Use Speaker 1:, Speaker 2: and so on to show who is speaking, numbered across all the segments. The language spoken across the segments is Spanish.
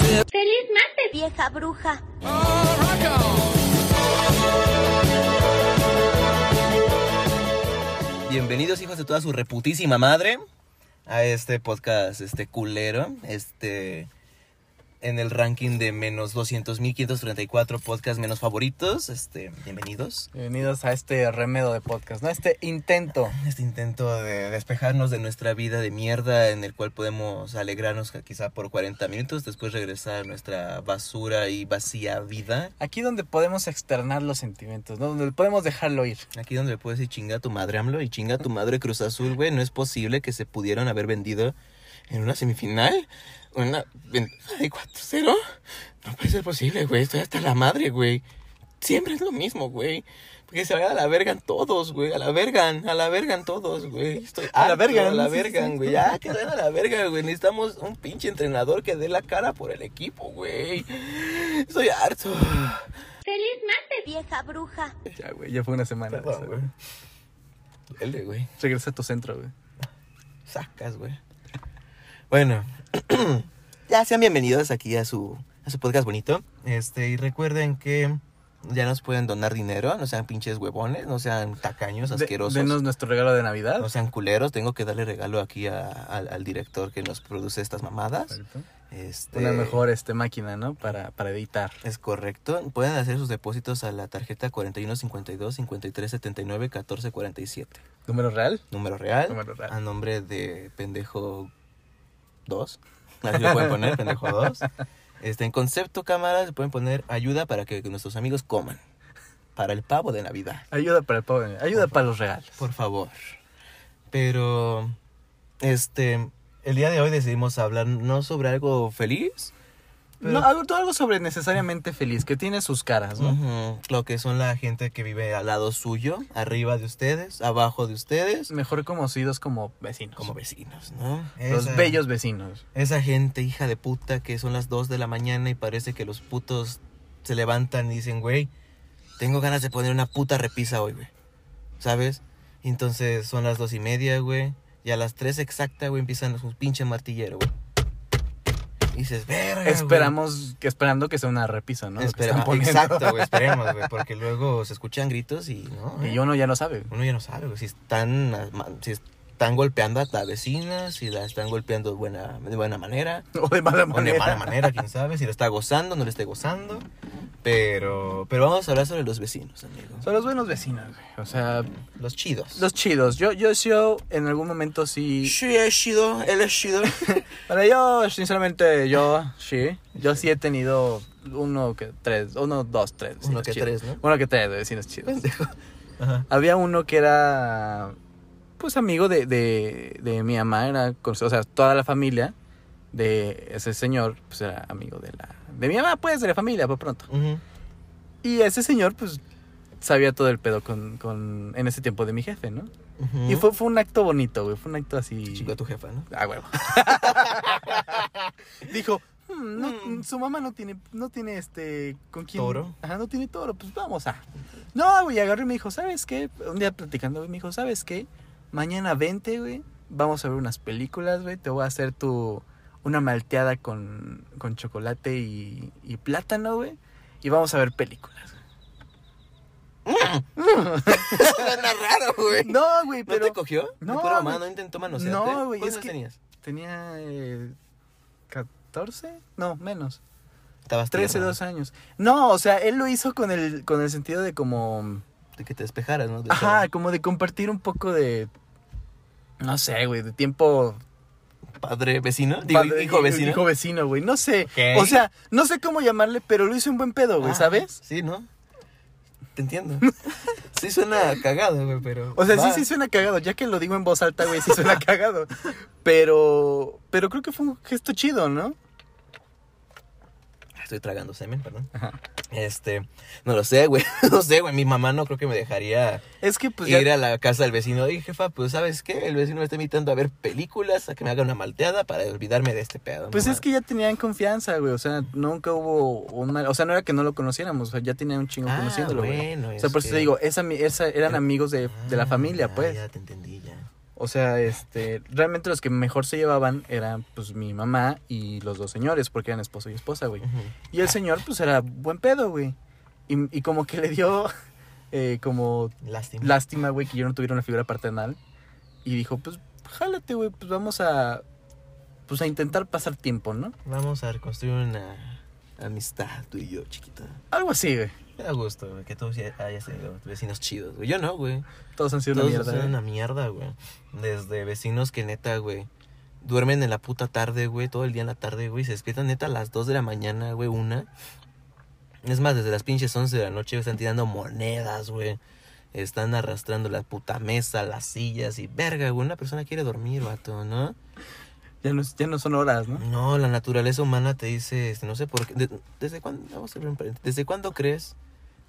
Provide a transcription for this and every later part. Speaker 1: es martes, vieja bruja. "Oh,
Speaker 2: Bienvenidos, hijos de toda su reputísima madre, a este podcast, este culero, este... En el ranking de menos 200.534 podcasts menos favoritos, este, bienvenidos.
Speaker 3: Bienvenidos a este remedo de podcast, ¿no? Este intento.
Speaker 2: Este intento de despejarnos de nuestra vida de mierda en el cual podemos alegrarnos quizá por 40 minutos, después regresar a nuestra basura y vacía vida.
Speaker 3: Aquí donde podemos externar los sentimientos, ¿no? Donde podemos dejarlo ir.
Speaker 2: Aquí donde le puedes decir chinga a tu madre AMLO y chinga a tu madre Cruz Azul, güey, no es posible que se pudieron haber vendido en una semifinal una ventaja de 4-0. No puede ser posible, güey, estoy hasta la madre, güey. Siempre es lo mismo, güey. Porque se vayan a la vergan todos, güey. A la vergan, a la vergan todos, güey. Estoy
Speaker 3: A la
Speaker 2: harto,
Speaker 3: vergan,
Speaker 2: A la
Speaker 3: sí, sí,
Speaker 2: vergan,
Speaker 3: sí.
Speaker 2: güey. Ya, que den a la verga, güey. Necesitamos un pinche entrenador que dé la cara por el equipo, güey. Estoy harto.
Speaker 1: Feliz martes, vieja bruja.
Speaker 3: Ya, güey, ya fue una semana. de
Speaker 2: Perdón,
Speaker 3: eso,
Speaker 2: güey. Duele, güey.
Speaker 3: Regresa a tu centro, güey.
Speaker 2: Sacas, güey. Bueno, ya sean bienvenidos aquí a su, a su podcast bonito. Este, y recuerden que ya nos pueden donar dinero, no sean pinches huevones, no sean tacaños,
Speaker 3: De-
Speaker 2: asquerosos.
Speaker 3: Denos nuestro regalo de Navidad.
Speaker 2: No sean culeros, tengo que darle regalo aquí a- al- al director que nos produce estas mamadas.
Speaker 3: Exacto.
Speaker 2: Este,
Speaker 3: Una mejor este, máquina, ¿no? Para, para editar.
Speaker 2: Es correcto. Pueden hacer sus depósitos a la tarjeta 4152 5379 1447.
Speaker 3: ¿Número real?
Speaker 2: Número real.
Speaker 3: Número real.
Speaker 2: A nombre de pendejo 2. Así lo pueden poner, pendejo 2. Este, en concepto cámara se pueden poner ayuda para que nuestros amigos coman. Para el pavo de Navidad.
Speaker 3: Ayuda para el pobre, ayuda para los regalos.
Speaker 2: Por favor. Pero, este, el día de hoy decidimos hablar no sobre algo feliz,
Speaker 3: No, algo, tú algo sobre necesariamente feliz, que tiene sus caras, ¿no?
Speaker 2: Ujú, lo que son la gente que vive al lado suyo, arriba de ustedes, abajo de ustedes,
Speaker 3: Mejor conocidos como vecinos.
Speaker 2: como vecinos, ¿no?
Speaker 3: los
Speaker 2: Esa-
Speaker 3: bellos vecinos.
Speaker 2: Esa gente hija de puta que son las 2 de la mañana y parece que los putos se levantan y dicen, güey, tengo ganas de poner una puta repisa hoy, güey. ¿Sabes? Y Entonces son las dos y media, güey. Y a las 3 exacta, güey, empiezan un pinche martillero, güey. Y dices, verga.
Speaker 3: Ah,
Speaker 2: güey".
Speaker 3: Esperamos, que, esperando que sea una repisa, ¿no? Lo que
Speaker 2: Espera-
Speaker 3: están poniendo.
Speaker 2: exacto, güey, esperemos, güey. Porque luego se escuchan gritos y no. eh,
Speaker 3: Y uno ya no sabe.
Speaker 2: Uno ya no sabe güey, si están, ah, ma- si están golpeando a la vecina, si la están golpeando de buena, de buena manera.
Speaker 3: O de mala
Speaker 2: O
Speaker 3: manera.
Speaker 2: de mala manera, quién sabe, si lo está gozando, no lo esté gozando. Pero, pero vamos a hablar sobre los vecinos, amigos.
Speaker 3: Son los buenos vecinos, güey. O sea,
Speaker 2: Los chidos.
Speaker 3: los chidos. Yo, yo, yo en algún momento sí.
Speaker 2: Sí, es chido, él es chido.
Speaker 3: Para yo, sinceramente, yo sí. Yo sí he tenido uno que tres, uno, dos, tres.
Speaker 2: Uno
Speaker 3: vecinos
Speaker 2: que
Speaker 3: chidos.
Speaker 2: tres, Pues, ¿no?
Speaker 3: Uno que tres vecinos chidos.
Speaker 2: Ajá.
Speaker 3: Había uno que era, pues, amigo de, de, de mi mamá, era, con- o sea, toda la familia de ese señor, pues, era amigo de la, de mi mamá, pues, de la familia, por pronto.
Speaker 2: Ujú.
Speaker 3: Y ese señor, pues, sabía todo el pedo con, con en ese tiempo de mi jefe, ¿no?
Speaker 2: Ujú.
Speaker 3: Y fue, fue un acto bonito, güey, fue un acto así...
Speaker 2: Chico a tu jefa, ¿no?
Speaker 3: Ah, huevo. Dijo, "Mm, no-
Speaker 2: Mm.
Speaker 3: su mamá no tiene, no tiene este, con quién.
Speaker 2: Toro.
Speaker 3: Ajá, no tiene toro, pues vamos a. No, güey, agarró y me dijo, ¿sabes qué? Un día platicando, güey, me dijo, ¿sabes qué? Mañana vente, güey, vamos a ver unas películas, güey, te voy a hacer tu, una malteada con, con chocolate y, y plátano, güey, y vamos a ver películas.
Speaker 2: Suena raro, güey.
Speaker 3: No, güey,
Speaker 2: ¿No
Speaker 3: pero
Speaker 2: te cogió?
Speaker 3: No,
Speaker 2: No, pura mamá,
Speaker 3: güey.
Speaker 2: no intentó manosearte.
Speaker 3: No, güey,
Speaker 2: ¿Cuántos
Speaker 3: es que-
Speaker 2: tenías?
Speaker 3: tenía eh, 14, no, menos.
Speaker 2: Estabas
Speaker 3: 13,
Speaker 2: tierna,
Speaker 3: 12 años. No, o sea, él lo hizo con el, con el sentido de como...
Speaker 2: ¿no? De que te despejaras, ¿no? De
Speaker 3: Ajá, como de compartir un poco de... No sé, güey, de tiempo...
Speaker 2: ser Padre vecino. Digo,
Speaker 3: padre-
Speaker 2: hijo vecino.
Speaker 3: Hijo vecino, güey, no sé.
Speaker 2: Ok.
Speaker 3: O sea, no sé cómo llamarle, pero lo hizo un buen pedo, güey,
Speaker 2: Ah,
Speaker 3: ¿sabes?
Speaker 2: Sí, ¿no? Te entiendo. Sí suena cagado, güey, pero...
Speaker 3: O sea,
Speaker 2: va.
Speaker 3: sí, sí suena cagado. Ya que lo digo en voz alta, güey, sí suena cagado. Pero... Pero creo que fue un gesto chido, ¿no?
Speaker 2: Ah, Estoy tragando semen, perdón.
Speaker 3: Ajá.
Speaker 2: Este, no lo sé, güey. No sé, güey. Mi mamá no creo que me dejaría
Speaker 3: Es que pues... ya-
Speaker 2: ir a la casa del vecino. Oye, jefa, pues ¿sabes qué? El vecino me está invitando a ver películas, a que me haga una malteada para olvidarme de este pedo.
Speaker 3: Pues
Speaker 2: mamá.
Speaker 3: es que ya tenían confianza, güey. O sea, nunca hubo un mal. O sea, no era que no lo conociéramos. O sea, ya tenían un chingo
Speaker 2: Ah,
Speaker 3: conociéndolo, güey.
Speaker 2: bueno,
Speaker 3: O sea, por
Speaker 2: es
Speaker 3: eso
Speaker 2: que-
Speaker 3: te digo, esa, mi- esa- eran amigos de, de la
Speaker 2: Ah,
Speaker 3: familia,
Speaker 2: ya,
Speaker 3: pues.
Speaker 2: Ya te entendí, ya.
Speaker 3: O sea, este, realmente los que mejor se llevaban eran pues mi mamá y los dos señores, porque eran esposo y esposa, güey.
Speaker 2: Ujú.
Speaker 3: Y el señor pues era buen pedo, güey. Y, y como que le dio eh, como
Speaker 2: Lástima.
Speaker 3: lástima, güey, que yo no tuviera una figura paternal. Y dijo, pues jálate, güey, pues vamos a, pues a intentar pasar tiempo, ¿no?
Speaker 2: Vamos a reconstruir una amistad, tú y yo, chiquita.
Speaker 3: Algo así, güey.
Speaker 2: Me da gusto, güey, que tú ya hayas tenido vecinos chidos, güey. Yo no, güey.
Speaker 3: Todos han sido
Speaker 2: Todos
Speaker 3: una mierda. ¿eh?
Speaker 2: son
Speaker 3: güey.
Speaker 2: una mierda, güey. Desde vecinos que neta, güey, duermen en la puta tarde, güey, todo el día en la tarde, güey. Se despiertan neta a las 2 de la mañana, güey, una. Es más, desde las pinches 11 de la noche güey, están tirando monedas, güey. Están arrastrando la puta mesa, las sillas y verga, güey. Una persona quiere dormir, vato, ¿no?
Speaker 3: Ya, no, ya no son horas, ¿no?
Speaker 2: No, la naturaleza humana te dice, este, no sé por qué. de- ¿Desde cuándo? Vamos a abrir un paréntesis. ¿Desde cuándo crees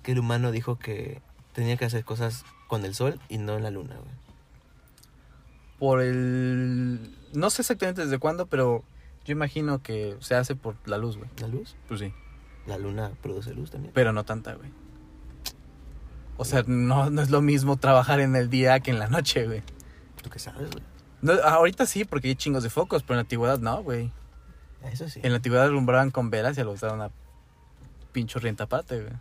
Speaker 2: que el humano dijo que tenía que hacer cosas con el sol y no en la luna, güey?
Speaker 3: Por el... No sé exactamente desde cuándo, pero yo imagino que se hace por la luz, güey.
Speaker 2: ¿La luz?
Speaker 3: Pues sí.
Speaker 2: La luna produce luz también.
Speaker 3: Pero no tanta, güey. O sea, no, no es lo mismo trabajar en el día que en la noche, güey.
Speaker 2: ¿Tú qué sabes, güey?
Speaker 3: No, ahorita sí, porque hay chingos de focos, pero en la antigüedad no, güey.
Speaker 2: Eso sí.
Speaker 3: En la antigüedad alumbraban con velas y lo usaban a pincho rientapate, güey.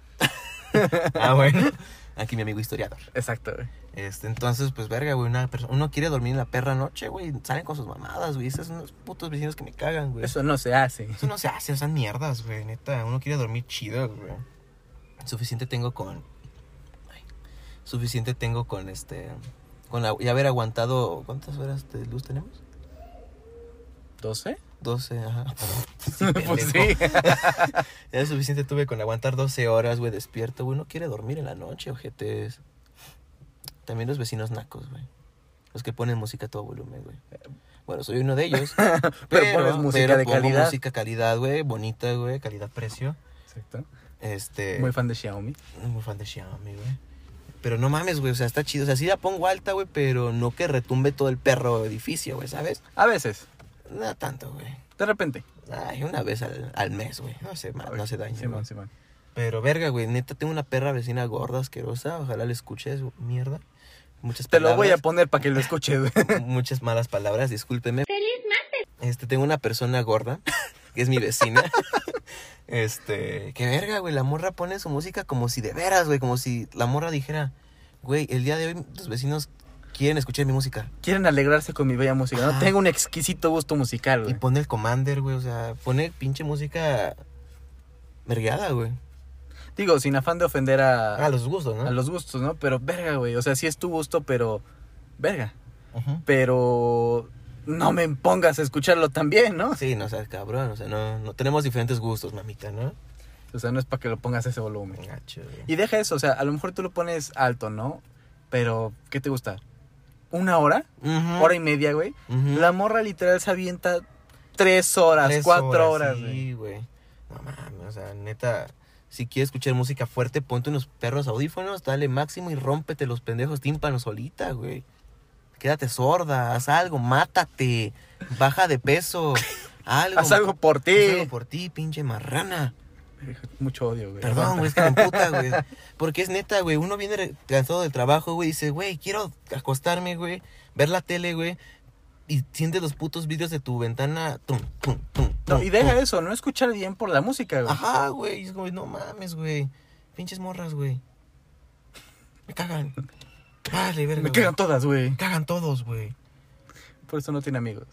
Speaker 2: Ah, bueno. Aquí mi amigo historiador.
Speaker 3: Exacto, güey.
Speaker 2: Este, entonces, pues, verga, güey. Una perso- uno quiere dormir en la perra noche, güey. Salen con sus mamadas, güey. Esos son los putos vecinos que me cagan, güey.
Speaker 3: Eso no se hace.
Speaker 2: Eso no se hace, o sea, mierdas, güey. Neta, uno quiere dormir chido, güey. Suficiente tengo con. ay, Suficiente tengo con este. Con la- ya haber aguantado. ¿Cuántas horas de luz tenemos?
Speaker 3: ¿12?
Speaker 2: 12, ajá.
Speaker 3: pues sí.
Speaker 2: pendejo. Ya suficiente tuve con aguantar 12 horas, güey, despierto, güey. No quiere dormir en la noche, ojetes. También los vecinos nacos, güey. Los que ponen música a todo volumen, güey. Bueno, soy uno de ellos. pero,
Speaker 3: pones música
Speaker 2: pero
Speaker 3: de
Speaker 2: pongo
Speaker 3: calidad.
Speaker 2: música calidad, güey. Bonita, güey. Calidad-precio.
Speaker 3: Exacto.
Speaker 2: Este...
Speaker 3: Muy fan de Xiaomi.
Speaker 2: Muy fan de Xiaomi, güey. Pero no mames, güey. O sea, está chido. O sea, sí la pongo alta, güey, pero no que retumbe todo el perro edificio, güey, ¿sabes?
Speaker 3: A veces,
Speaker 2: No tanto, güey.
Speaker 3: de repente.
Speaker 2: Ay, una vez al, al mes, güey. No se,
Speaker 3: Ah,
Speaker 2: ma- no se daño. güey.
Speaker 3: Simón, Simón.
Speaker 2: Pero verga, güey, neta, tengo una perra vecina gorda, asquerosa. Ojalá le escuches, mierda. Muchas
Speaker 3: Te lo voy a
Speaker 2: palabras-
Speaker 3: poner para que lo escuches, güey.
Speaker 2: Muchas malas palabras, discúlpeme. ¡Feliz martes! Este, tengo una persona gorda, que es mi vecina. este, que verga, güey, la morra pone su música como si de veras, güey, como si la morra dijera, güey, el día de hoy tus vecinos quieren escuchar mi música.
Speaker 3: Quieren alegrarse con mi bella música. No
Speaker 2: Ajá.
Speaker 3: tengo un exquisito gusto musical,
Speaker 2: Y
Speaker 3: güey.
Speaker 2: pone el Commander, güey, o sea, pone pinche música vergueada, güey.
Speaker 3: Digo, sin afán de ofender
Speaker 2: A los gustos, ¿no?
Speaker 3: a los gustos, ¿no? Pero verga, güey. O sea, sí es tu gusto, pero verga.
Speaker 2: Ajá.
Speaker 3: Pero no me pongas a escucharlo también, ¿no?
Speaker 2: Sí, no seas cabrón, o sea, no, no tenemos diferentes gustos, mamita, ¿no?
Speaker 3: O sea, no es para que lo pongas a ese volumen.
Speaker 2: Gacho, güey.
Speaker 3: Y deja eso, o sea, a lo mejor tú lo pones alto, ¿no? Pero, ¿qué te gusta? ¿Una hora?
Speaker 2: Ujú.
Speaker 3: ¿Hora y media, güey?
Speaker 2: Ujú.
Speaker 3: La morra literal se avienta Mm. tres horas,
Speaker 2: Tres
Speaker 3: cuatro horas, güey.
Speaker 2: Sí, güey. No mames, o sea, neta, si quieres escuchar música fuerte, ponte unos perros audífonos, dale máximo y rómpete los pendejos tímpanos solita, güey. Quédate sorda, haz algo, mátate, baja de peso, algo.
Speaker 3: Haz algo por ti.
Speaker 2: Haz algo por ti, pinche marrana.
Speaker 3: Mucho odio, güey.
Speaker 2: Perdón, güey, es que me emputa, güey. Porque es neta, güey. Uno viene re- cansado del trabajo, güey, y dice, güey, quiero acostarme, güey, ver la tele, güey. Y sientes los putos vidrios de tu ventana. tum, tum, tum,
Speaker 3: No,
Speaker 2: tum,
Speaker 3: y
Speaker 2: tum.
Speaker 3: deja eso, no escuchar bien por la música, güey.
Speaker 2: oh. Ajá, güey. Y es como, no mames, güey. Pinches morras, güey. Me cagan. Vale, verga.
Speaker 3: Me
Speaker 2: güey.
Speaker 3: cagan todas, güey.
Speaker 2: Me cagan todos, güey.
Speaker 3: Por eso no tiene amigos.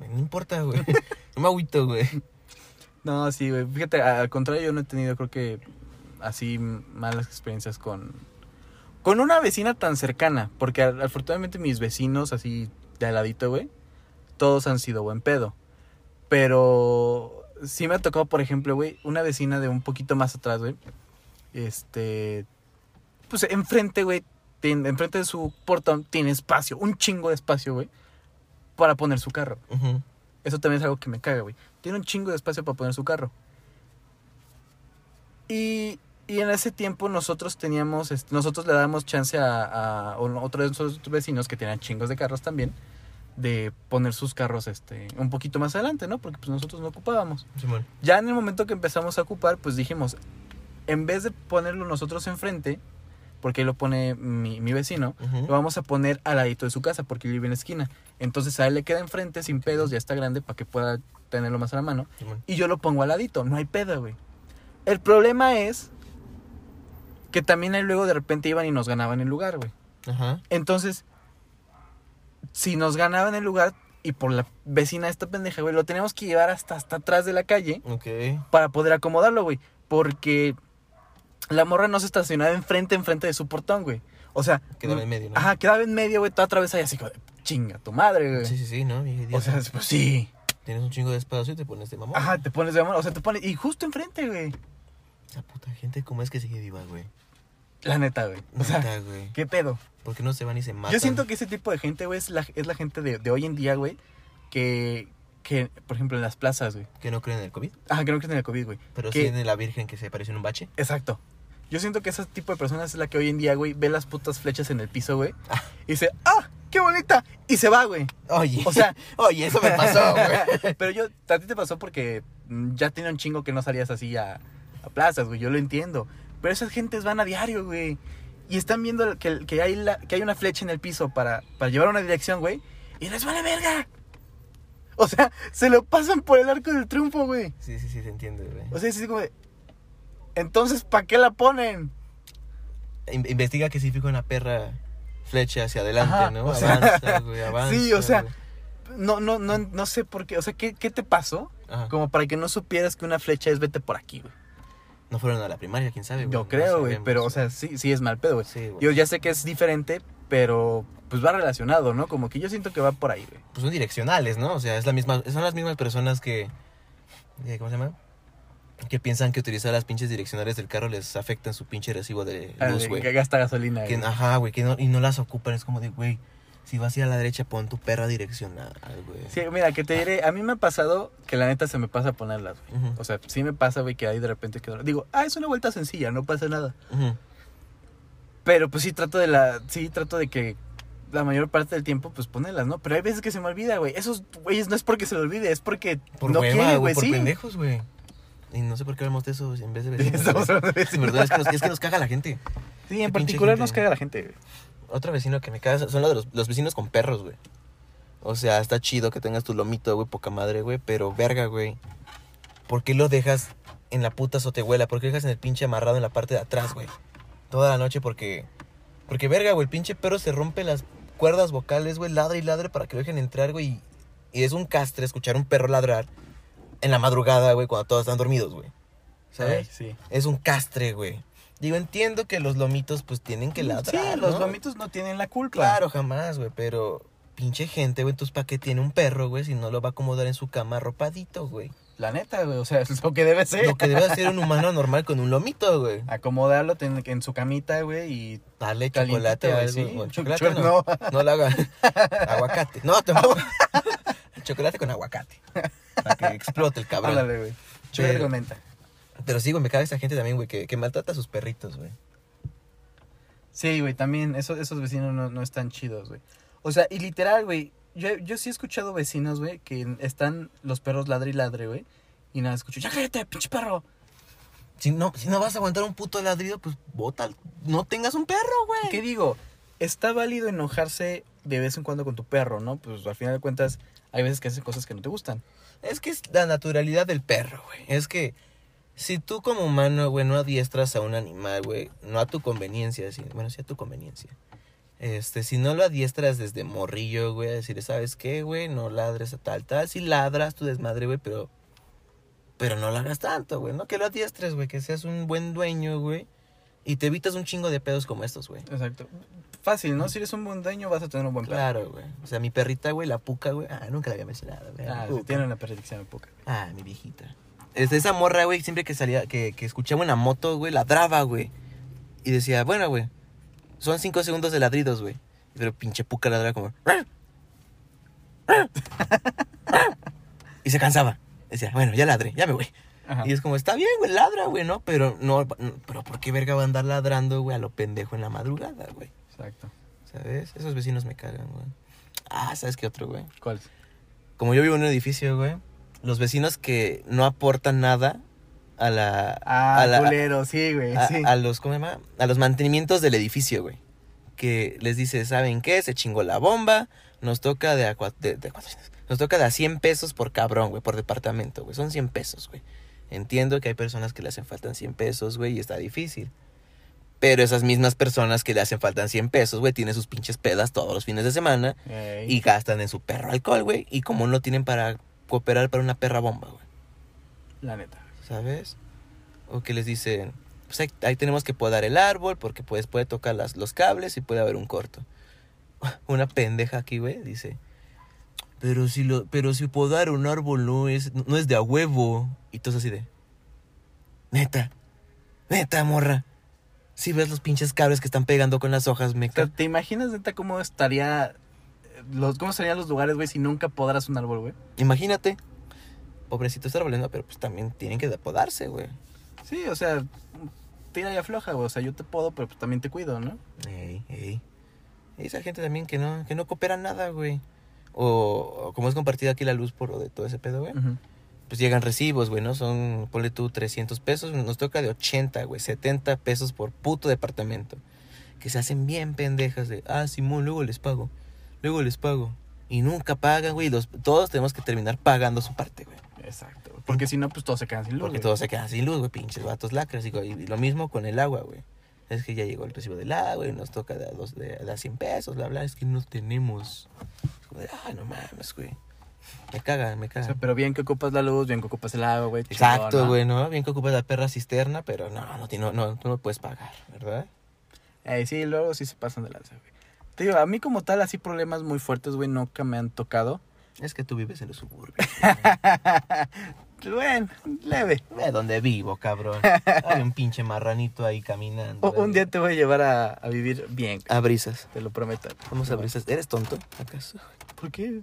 Speaker 2: No importa, güey. No me agüito, güey.
Speaker 3: No, sí, güey. Fíjate, al contrario, yo no he tenido, creo que, así malas experiencias con, con una vecina tan cercana. Porque al- afortunadamente mis vecinos, así de al ladito, güey, todos han sido buen pedo. Pero sí me ha tocado, por ejemplo, güey, una vecina de un poquito más atrás, güey. Este. Pues enfrente, güey, tiene- enfrente de su portón tiene espacio, un chingo de espacio, güey, para poner su carro.
Speaker 2: Ujú.
Speaker 3: Eso también es algo que me caga, güey. Tiene un chingo de espacio para poner su carro. Y, y en ese tiempo nosotros teníamos, este, nosotros le damos chance a, a- a otros de nuestros vecinos que tenían chingos de carros también, de poner sus carros este, un poquito más adelante, ¿no? Porque pues, nosotros no ocupábamos.
Speaker 2: Simón.
Speaker 3: Ya en el momento que empezamos a ocupar, pues dijimos, en vez de ponerlo nosotros enfrente, porque ahí lo pone mi, mi vecino,
Speaker 2: Ujú.
Speaker 3: lo vamos a poner al ladito de su casa porque vive en la esquina. Entonces a él le queda enfrente sin pedos, ya está grande para que pueda tenerlo más a la mano.
Speaker 2: Simón.
Speaker 3: Y yo lo pongo al ladito, no hay pedo, güey. El problema es que también ahí luego de repente iban y nos ganaban el lugar, güey.
Speaker 2: Ajá.
Speaker 3: Entonces, si nos ganaban el lugar y por la vecina de esta pendeja, güey, lo teníamos que llevar hasta, hasta atrás de la calle
Speaker 2: Ok.
Speaker 3: para poder acomodarlo, güey. Porque la morra no se estacionaba enfrente, enfrente de su portón, güey. O sea...
Speaker 2: Quedaba
Speaker 3: mm,
Speaker 2: en medio, ¿no?
Speaker 3: Ajá, quedaba en medio, güey, toda atravesada y así, como de, chinga tu madre, güey.
Speaker 2: Sí, sí, sí, ¿no? Bien
Speaker 3: o
Speaker 2: idiota.
Speaker 3: sea, pues sí.
Speaker 2: Tienes un chingo de espacio y te pones de mamón.
Speaker 3: Ajá, te pones de mano, o sea, te pones... Y justo enfrente, güey.
Speaker 2: Esa puta gente, ¿cómo es que sigue viva, güey?
Speaker 3: La neta, güey. O sea,
Speaker 2: Neta, güey.
Speaker 3: ¿qué pedo?
Speaker 2: ¿Por qué no se van y se matan?
Speaker 3: Yo siento que ese tipo de gente, güey, es la, es la gente de, de hoy en día, güey, que, que, por ejemplo, en las plazas, güey.
Speaker 2: Que no creen en el COVID,
Speaker 3: Ah, que no creen en el COVID, güey.
Speaker 2: pero
Speaker 3: Que-
Speaker 2: sí en la virgen que se pareció en un bache.
Speaker 3: Exacto. Yo siento que ese tipo de personas es la que hoy en día, güey, ve las putas flechas en el piso, güey,
Speaker 2: Ah.
Speaker 3: y dice, ¡ah, qué bonita! Y se va, güey.
Speaker 2: Oye.
Speaker 3: O sea-
Speaker 2: oye, eso me pasó, güey.
Speaker 3: Pero yo, a ti te pasó porque mm, ya tenía un chingo que no salías así a, a plazas, güey, yo lo entiendo. Pero esas gentes van a diario, güey. Y están viendo que, que hay, la- que hay una flecha en el piso para, para llevar una dirección, güey. Y les vale verga. O sea, se lo pasan por el arco del triunfo, güey.
Speaker 2: Sí, sí, sí, se entiende, güey.
Speaker 3: O sea, es así como de, Entonces, ¿para qué la ponen?
Speaker 2: In- investiga que sí fue una perra flecha hacia adelante,
Speaker 3: Ajá,
Speaker 2: ¿no?
Speaker 3: o sea,
Speaker 2: avanza, güey, avanza.
Speaker 3: sí, o sea,
Speaker 2: güey.
Speaker 3: No, no, no, no sé por qué. O sea, ¿qué, qué te pasó?
Speaker 2: Ajá.
Speaker 3: Como para que no supieras que una flecha es vete por aquí, güey.
Speaker 2: No fueron a la primaria, quién sabe, güey.
Speaker 3: Yo
Speaker 2: No
Speaker 3: creo, güey.
Speaker 2: sabemos,
Speaker 3: Pero, o sea, sí, sí es mal pedo, güey.
Speaker 2: Sí, güey.
Speaker 3: Yo ya sé que es diferente, pero pues va relacionado, ¿no? Como que yo siento que va por ahí, güey.
Speaker 2: Pues son direccionales, ¿no? O sea, es la misma, son las mismas personas que. eh, ¿Cómo se llama? Que piensan que utilizar las pinches direccionales del carro les afectan su pinche recibo de
Speaker 3: Ah,
Speaker 2: luz,
Speaker 3: de
Speaker 2: güey. Ah.
Speaker 3: Que gasta gasolina,
Speaker 2: Que-
Speaker 3: güey.
Speaker 2: ajá, güey, que no- y no las ocupan. Es como de, güey, si vas a ir a la derecha, pon tu perra direccional, güey.
Speaker 3: Sí, mira, que te diré, a mí me ha pasado que la neta se me pasa ponerlas, güey.
Speaker 2: Ujú,
Speaker 3: O sea, sí me pasa, güey, que ahí de repente que digo, ah, es una vuelta sencilla, no pasa nada.
Speaker 2: ujú.
Speaker 3: Pero pues sí trato de la, sí trato de que la mayor parte del tiempo, pues ponerlas, ¿no? Pero hay veces que se me olvida, güey. Esos güeyes no es porque se lo olvide, es porque
Speaker 2: Por
Speaker 3: no
Speaker 2: hueva,
Speaker 3: quiere,
Speaker 2: güey,
Speaker 3: güey,
Speaker 2: por
Speaker 3: sí.
Speaker 2: pendejos, güey. Y no sé por qué hablamos de eso en vez de vecinos,
Speaker 3: Estamos
Speaker 2: güey.
Speaker 3: hablando de
Speaker 2: Sí, verdad, es que, nos, es que nos caga la gente.
Speaker 3: Sí, en
Speaker 2: Qué pinche
Speaker 3: particular
Speaker 2: gente.
Speaker 3: nos caga la gente, güey.
Speaker 2: Otro vecino que me caga son los, de los, los vecinos con perros, güey. O sea, está chido que tengas tu lomito, güey, poca madre, güey, pero verga, güey. ¿Por qué lo dejas en la puta sotehuela? ¿Por qué lo dejas en el pinche amarrado en la parte de atrás, güey? Toda la noche porque... Porque, verga, güey, el pinche perro se rompe las cuerdas vocales, güey, ladra y ladra para que lo dejen entrar, güey. Y, y es un castre escuchar a un perro ladrar en la madrugada, güey, cuando todos están dormidos, güey.
Speaker 3: Ay,
Speaker 2: ¿Sabes?
Speaker 3: Sí.
Speaker 2: Es un castre, güey. Digo, entiendo que los lomitos, pues, tienen que ladrar,
Speaker 3: Sí, los
Speaker 2: ¿no?
Speaker 3: lomitos no tienen la culpa.
Speaker 2: Claro, jamás, güey, pero pinche gente, güey, entonces ¿para qué tiene un perro, güey, si no lo va a acomodar en su cama arropadito, güey?
Speaker 3: La neta, güey. O sea, es lo que debe ser.
Speaker 2: Lo que debe hacer un humano normal con un lomito, güey.
Speaker 3: Acomodarlo ten- en su camita, güey, y
Speaker 2: Dale
Speaker 3: Calientito,
Speaker 2: chocolate o
Speaker 3: güey,
Speaker 2: algo.
Speaker 3: sí.
Speaker 2: o chocolate
Speaker 3: Chor-
Speaker 2: no.
Speaker 3: no.
Speaker 2: No lo haga. Aguacate. No, tampoco. chocolate con aguacate. Para que explote el cabrón.
Speaker 3: ándale, güey. Yo
Speaker 2: Pero-
Speaker 3: argumenta.
Speaker 2: Pero sí, güey, me caga esa gente también, güey, que, que maltrata a sus perritos, güey.
Speaker 3: Sí, güey, también esos, esos vecinos no, no están chidos, güey. O sea, y literal, güey, yo, yo sí he escuchado vecinos, güey, que están los perros ladre y ladre, güey. Y nada, escucho, ya cállate, pinche perro.
Speaker 2: Si no, si no vas a aguantar un puto ladrido, pues bota. No tengas un perro,
Speaker 3: ¿Y ¿Qué
Speaker 2: güey.
Speaker 3: digo? Está válido enojarse de vez en cuando con tu perro, ¿no? Pues al final de cuentas, hay veces que haces cosas que no te gustan.
Speaker 2: Es que es la naturalidad del perro, güey. Es que si tú como humano, güey, no adiestras a un animal, güey, no a tu conveniencia, sí, bueno, sí a tu conveniencia. Este, si no lo adiestras desde morrillo, güey, a decirle, ¿sabes qué, güey? No ladres a tal, tal. Si ladras tu desmadre, güey, pero. Pero no lo hagas tanto, güey. No que lo adiestres, güey. Que seas un buen dueño, güey. Y te evitas un chingo de pedos como estos, güey.
Speaker 3: Exacto. Fácil, ¿no? Si eres un buen dueño, vas a tener un buen perro.
Speaker 2: Claro, güey. O sea, mi perrita, güey, la puca, güey. Ah, nunca la había mencionado, güey.
Speaker 3: Ah,
Speaker 2: La
Speaker 3: sí,
Speaker 2: Puca.
Speaker 3: tiene una predicción poca.
Speaker 2: Ah, mi viejita. Este, esa morra, güey, siempre que salía, que, que escuchaba una moto, güey, ladraba, güey. Y decía, bueno, güey, son cinco segundos de ladridos, güey. Pero pinche puca ladraba como... y se cansaba. Decía, bueno, ya ladré, ya me voy.
Speaker 3: Ajá.
Speaker 2: Y es como, está bien, güey, ladra, güey, ¿no? Pero no, no, pero ¿por qué verga va a andar ladrando, güey, a lo pendejo en la madrugada, güey?
Speaker 3: Exacto.
Speaker 2: ¿Sabes? Esos vecinos me cagan, güey. Ah, ¿sabes qué otro, güey?
Speaker 3: ¿Cuál?
Speaker 2: Como yo vivo en un edificio, güey, los vecinos que no aportan nada a la.
Speaker 3: Ah,
Speaker 2: a la-
Speaker 3: culero, sí, güey.
Speaker 2: a,
Speaker 3: sí.
Speaker 2: a los, ¿cómo se llama? A los mantenimientos del edificio, güey. Que les dice, ¿saben qué? Se chingó la bomba, nos toca de a, cua- de- de a 400, nos toca de a 100 pesos por cabrón, güey, por departamento, güey. Son 100 pesos, güey. Entiendo que hay personas que le hacen faltan 100 pesos, güey, y está difícil. Pero esas mismas personas que le hacen faltan 100 pesos, güey, tienen sus pinches pedas todos los fines de semana
Speaker 3: Ey.
Speaker 2: y gastan en su perro alcohol, güey. Y como no tienen para cooperar para una perra bomba, güey.
Speaker 3: La neta.
Speaker 2: ¿sabes? O que les dicen, pues ahí, ahí tenemos que podar el árbol porque pues puede tocar las, los cables y puede haber un corto. Una pendeja aquí, güey, dice, pero si, lo, pero si podar un árbol no es, no es de a huevo. Y todos así de, neta, neta, morra. Si ves los pinches cables que están pegando con las hojas, me
Speaker 3: O sea,
Speaker 2: ca-
Speaker 3: ¿te imaginas neta cómo estaría los cómo serían los lugares, güey, si nunca podrás un árbol, güey?
Speaker 2: Imagínate. Pobrecitos árboles, no, pero pues también tienen que podarse, güey.
Speaker 3: Sí, o sea, tira y afloja, güey. O sea, yo te puedo, pero pues también te cuido, ¿no?
Speaker 2: Ey, ey. Esa gente también que no, que no coopera nada, güey. O, o como es compartida aquí la luz por lo de todo ese pedo, güey.
Speaker 3: Ujú.
Speaker 2: Pues llegan recibos, güey, ¿no? Son, ponle tú 300 pesos, nos toca de 80, güey, 70 pesos por puto departamento. Que se hacen bien pendejas de, ah, Simón, luego les pago, luego les pago. Y nunca pagan, güey, y los, todos tenemos que terminar pagando su parte, güey.
Speaker 3: Exacto. güey. Porque si no, pues todos se quedan sin luz.
Speaker 2: Porque
Speaker 3: güey.
Speaker 2: todos se quedan sin luz, güey, pinches vatos lacras. Y, co- y lo mismo con el agua, güey. Es que ya llegó el recibo del agua y nos toca de a, dos, de, de a 100 pesos, bla, bla. Es que no tenemos. Es como de, ah, no mames, güey. Me cagan, me
Speaker 3: O sea,
Speaker 2: cagan.
Speaker 3: pero bien que ocupas la luz, bien que ocupas el agua, güey. chingón,
Speaker 2: Exacto,
Speaker 3: ¿no?
Speaker 2: güey, ¿no? Bien que ocupas la perra cisterna, pero no, no, ti- no, no, tú no puedes pagar, ¿verdad?
Speaker 3: Eh, sí, luego sí se pasan de lanza, güey. Te digo, a mí como tal, así problemas muy fuertes, güey, nunca me han tocado.
Speaker 2: Es que tú vives en los suburbios.
Speaker 3: Pues, bueno, leve.
Speaker 2: Ve donde vivo, cabrón. Hay un pinche marranito ahí caminando.
Speaker 3: O- un día te voy a llevar a, a vivir bien, güey,
Speaker 2: A brisas.
Speaker 3: te lo prometo.
Speaker 2: Vamos a brisas. ¿Eres tonto, acaso?
Speaker 3: ¿Por qué?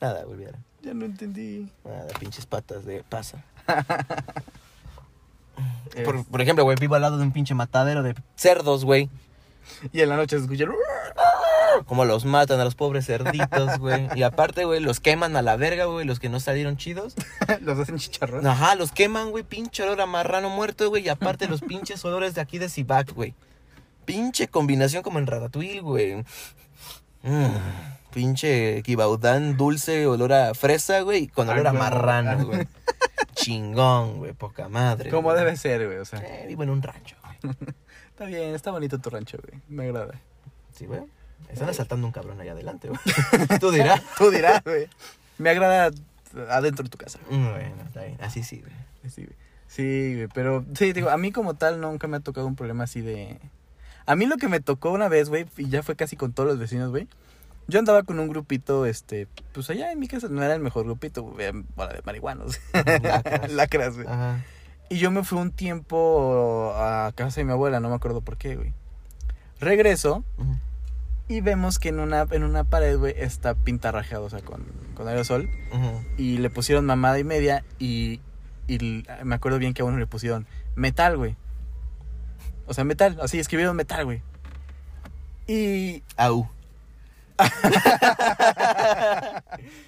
Speaker 2: Nada, volviera.
Speaker 3: Ya no entendí.
Speaker 2: Nada, pinches patas de pasa.
Speaker 3: Es-
Speaker 2: Por, por ejemplo, güey, vivo al lado de un pinche matadero de cerdos, güey.
Speaker 3: Y en la noche se escucha... el-
Speaker 2: Como los matan a los pobres cerditos, güey. Y aparte, güey, los queman a la verga, güey, los que no salieron chidos.
Speaker 3: Los hacen chicharrón.
Speaker 2: Ajá, los queman, güey, pinche olor a marrano muerto, güey. Y aparte los pinches olores de aquí de Sibac, güey. Pinche combinación como en Ratatouille, güey. Mm, pinche equibaudán dulce, olor a fresa, güey. y Con olor a
Speaker 3: Ay, güey,
Speaker 2: marrano, güey. Chingón, güey, poca madre.
Speaker 3: Como
Speaker 2: güey.
Speaker 3: debe ser, güey, o sea.
Speaker 2: Eh, vivo en un rancho, güey.
Speaker 3: Está bien, está bonito tu rancho, güey. Me agrada.
Speaker 2: Sí, güey. Están asaltando un cabrón allá adelante, güey. Tú dirás.
Speaker 3: Tú dirás, güey. Me agrada adentro de tu casa.
Speaker 2: Bueno, está bien. Así sí, güey.
Speaker 3: Sí, güey. Sí, güey, pero sí, digo, a mí como tal nunca me ha tocado un problema así de... A mí lo que me tocó una vez, güey, y ya fue casi con todos los vecinos, güey. Yo andaba con un grupito, este, pues allá en mi casa no era el mejor grupito, güey, eran, bueno, de marihuanos.
Speaker 2: Lacras.
Speaker 3: Lacras, güey.
Speaker 2: Ajá.
Speaker 3: Y yo me fui un tiempo a casa de mi abuela, no me acuerdo por qué, güey. Regreso
Speaker 2: Ujú.
Speaker 3: y vemos que en una, en una pared, güey, está pintarrajeado, o sea, con, con aerosol
Speaker 2: Ujú.
Speaker 3: y le pusieron mamada y media y, y l- me acuerdo bien que a uno le pusieron metal, güey. O sea, metal, así escribieron metal, güey. Y
Speaker 2: Au.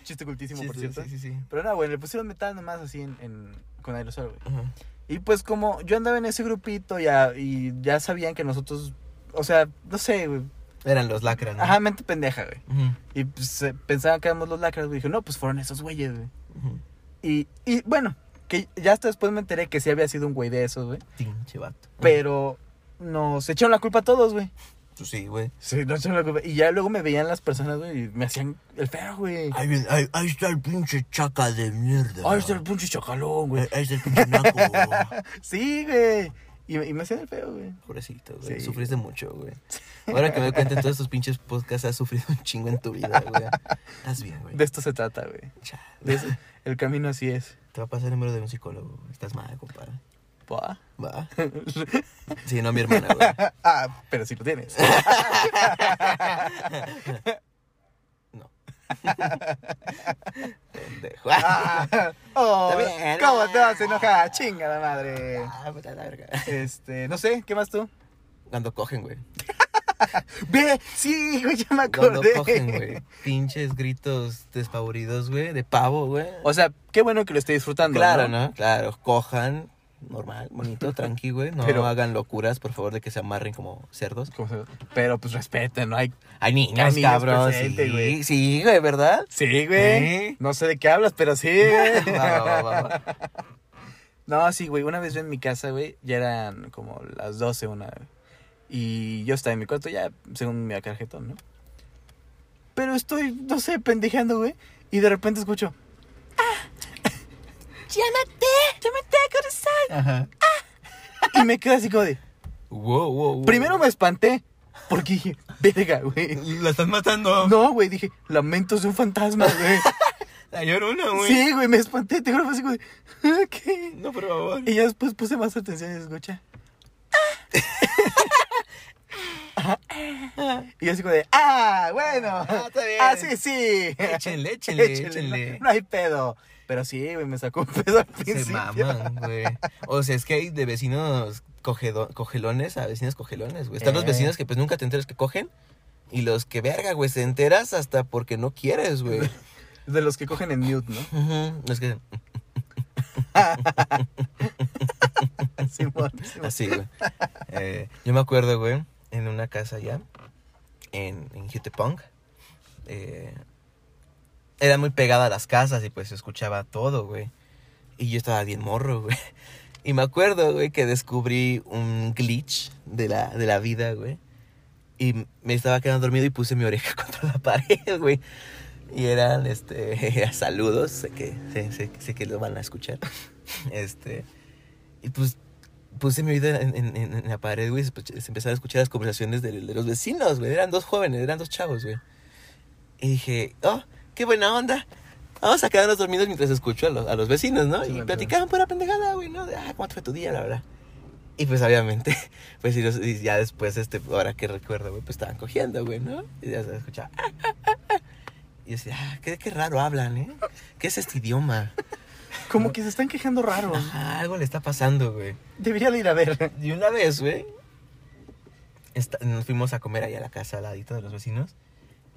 Speaker 3: chiste cultísimo,
Speaker 2: Sí,
Speaker 3: por
Speaker 2: sí,
Speaker 3: cierto.
Speaker 2: Sí, sí, sí.
Speaker 3: Pero no, güey, le pusieron metal nomás así en, en- con aerosol, güey.
Speaker 2: Ujú.
Speaker 3: Y pues como yo andaba en ese grupito ya, y ya sabían que nosotros, o sea, no sé, güey.
Speaker 2: Eran los lacras, ¿no?
Speaker 3: Ajá, mente pendeja, güey.
Speaker 2: Ujú.
Speaker 3: Y pues, eh, pensaban que éramos los lacras, güey. Dije, no, pues fueron esos güeyes, güey.
Speaker 2: Ujú.
Speaker 3: Y, y bueno, que ya hasta después me enteré que sí había sido un güey de esos, güey.
Speaker 2: Pinche vato.
Speaker 3: Pero nos echaron la culpa a todos, güey.
Speaker 2: Pues sí, güey.
Speaker 3: Sí, nos echaron la culpa. Y ya luego me veían las personas, güey, y me hacían el feo, güey.
Speaker 2: Ahí, viene- ahí- ahí está el pinche chaca de mierda.
Speaker 3: Ay, está el pinche chacalón, güey.
Speaker 2: Ahí está el pinche naco.
Speaker 3: Sí, güey. Y, me- y me hacían el feo, güey.
Speaker 2: Pobrecito, güey.
Speaker 3: Sí.
Speaker 2: Sufriste mucho, güey. Ahora que me doy cuenta en todos estos pinches podcasts, has sufrido un chingo en tu vida, güey. Estás bien, güey.
Speaker 3: De esto se trata, güey.
Speaker 2: Chale.
Speaker 3: De eso- el camino así es.
Speaker 2: Te va a pasar el número de un psicólogo. güey. Estás mal, compadre.
Speaker 3: Pa.
Speaker 2: Va. Sí, no mi hermana, güey.
Speaker 3: Ah, pero si lo tienes.
Speaker 2: No. Pendejo.
Speaker 3: Ah. Oh,
Speaker 2: Está bien,
Speaker 3: ¿Cómo
Speaker 2: güey.
Speaker 3: te vas a enojar? Chinga la madre.
Speaker 2: Ah, puta la verga.
Speaker 3: Este, no sé, ¿qué más tú?
Speaker 2: Cuando cogen, güey.
Speaker 3: Ve, sí, güey, ya me
Speaker 2: Cuando
Speaker 3: acordé.
Speaker 2: cogen, güey. Pinches gritos despavoridos, güey. De pavo, güey.
Speaker 3: O sea, qué bueno que lo esté disfrutando.
Speaker 2: Claro, ¿no? Claro, cojan. normal, bonito, tranqui, güey. No
Speaker 3: Pero-
Speaker 2: hagan locuras, por favor, de que se amarren como cerdos.
Speaker 3: Como se- Pero pues respeten, no hay.
Speaker 2: Hay
Speaker 3: Hay
Speaker 2: niños,
Speaker 3: niños
Speaker 2: cabrón.
Speaker 3: presentes,
Speaker 2: sí,
Speaker 3: güey.
Speaker 2: sí, güey, ¿verdad?
Speaker 3: Sí, güey.
Speaker 2: ¿Eh?
Speaker 3: No sé de qué hablas, pero sí, güey.
Speaker 2: Va, va, va, va, va.
Speaker 3: No, sí, güey. Una vez yo en mi casa, güey, ya eran como las 12, una. güey. Y yo estaba en mi cuarto ya, según mi tarjetón, ¿no? Pero estoy, no sé, pendejeando, güey. Y de repente escucho.
Speaker 1: Llámate. Llámate, Coruscant.
Speaker 3: Ajá. Y me quedo así como de.
Speaker 2: Wow, wow, wow.
Speaker 3: Primero me espanté. Porque dije, verga, güey.
Speaker 2: La estás matando.
Speaker 3: No, güey, dije, lamentos de un fantasma, güey.
Speaker 2: La llorona, güey.
Speaker 3: Sí, güey, me espanté, te juro, fue así como de, "Ah, ¿qué?".
Speaker 2: No, por favor.
Speaker 3: Y ya después puse más atención y se escucha. "Ah". y yo así como de, ah, bueno,
Speaker 2: Ah, está bien.
Speaker 3: así sí.
Speaker 2: Échenle, échenle, échenle.
Speaker 3: No, no hay pedo. Pero sí, güey, me sacó un pedo al principio.
Speaker 2: Se maman, güey. O sea, es que hay de vecinos cogedo- cogelones a vecinos cogelones, güey. Están los
Speaker 3: Eh.
Speaker 2: vecinos que pues nunca te enteras que cogen. Y los que, verga, güey, te enteras hasta porque no quieres, güey.
Speaker 3: De los que cogen en mute, ¿no?
Speaker 2: Ujú, Es que,
Speaker 3: Simón, Simón.
Speaker 2: así, güey. Eh, yo me acuerdo, güey, en una casa allá, en, en Jutepunk, eh, era muy pegada a las casas y pues se escuchaba todo, güey. Y yo estaba bien morro, güey. Y me acuerdo, güey, que descubrí un glitch de la, de la vida, güey. Y me estaba quedando dormido y puse mi oreja contra la pared, güey. Y eran, este, eran saludos, sé que, sé, sé- sé que lo van a escuchar. Este, y pues puse mi oído en, en- en- en la pared, güey, y se, se empezaron a escuchar las conversaciones de, de los vecinos, güey. Eran dos jóvenes, eran dos chavos, güey. Y dije, oh, qué buena onda. Vamos a quedarnos dormidos mientras escucho a los, a los vecinos, ¿no?
Speaker 3: Sí,
Speaker 2: y
Speaker 3: bueno.
Speaker 2: platicaban pura pendejada, güey, ¿no? De, ah, ¿cómo te fue tu día, la verdad? Y pues obviamente, pues y los- y ya después, este, ahora que recuerdo, güey, pues estaban cogiendo, güey, ¿no? Y ya se escuchaba. "Ah, ah, ah, ah". Y yo decía, ah, qué, qué raro hablan, ¿eh? ¿Qué es este idioma?
Speaker 3: Como que se están quejando raro.
Speaker 2: Ajá, algo le está pasando, güey.
Speaker 3: Debería de ir a ver.
Speaker 2: Y una vez, güey, esta- nos fuimos a comer ahí a la casa al ladito de los vecinos.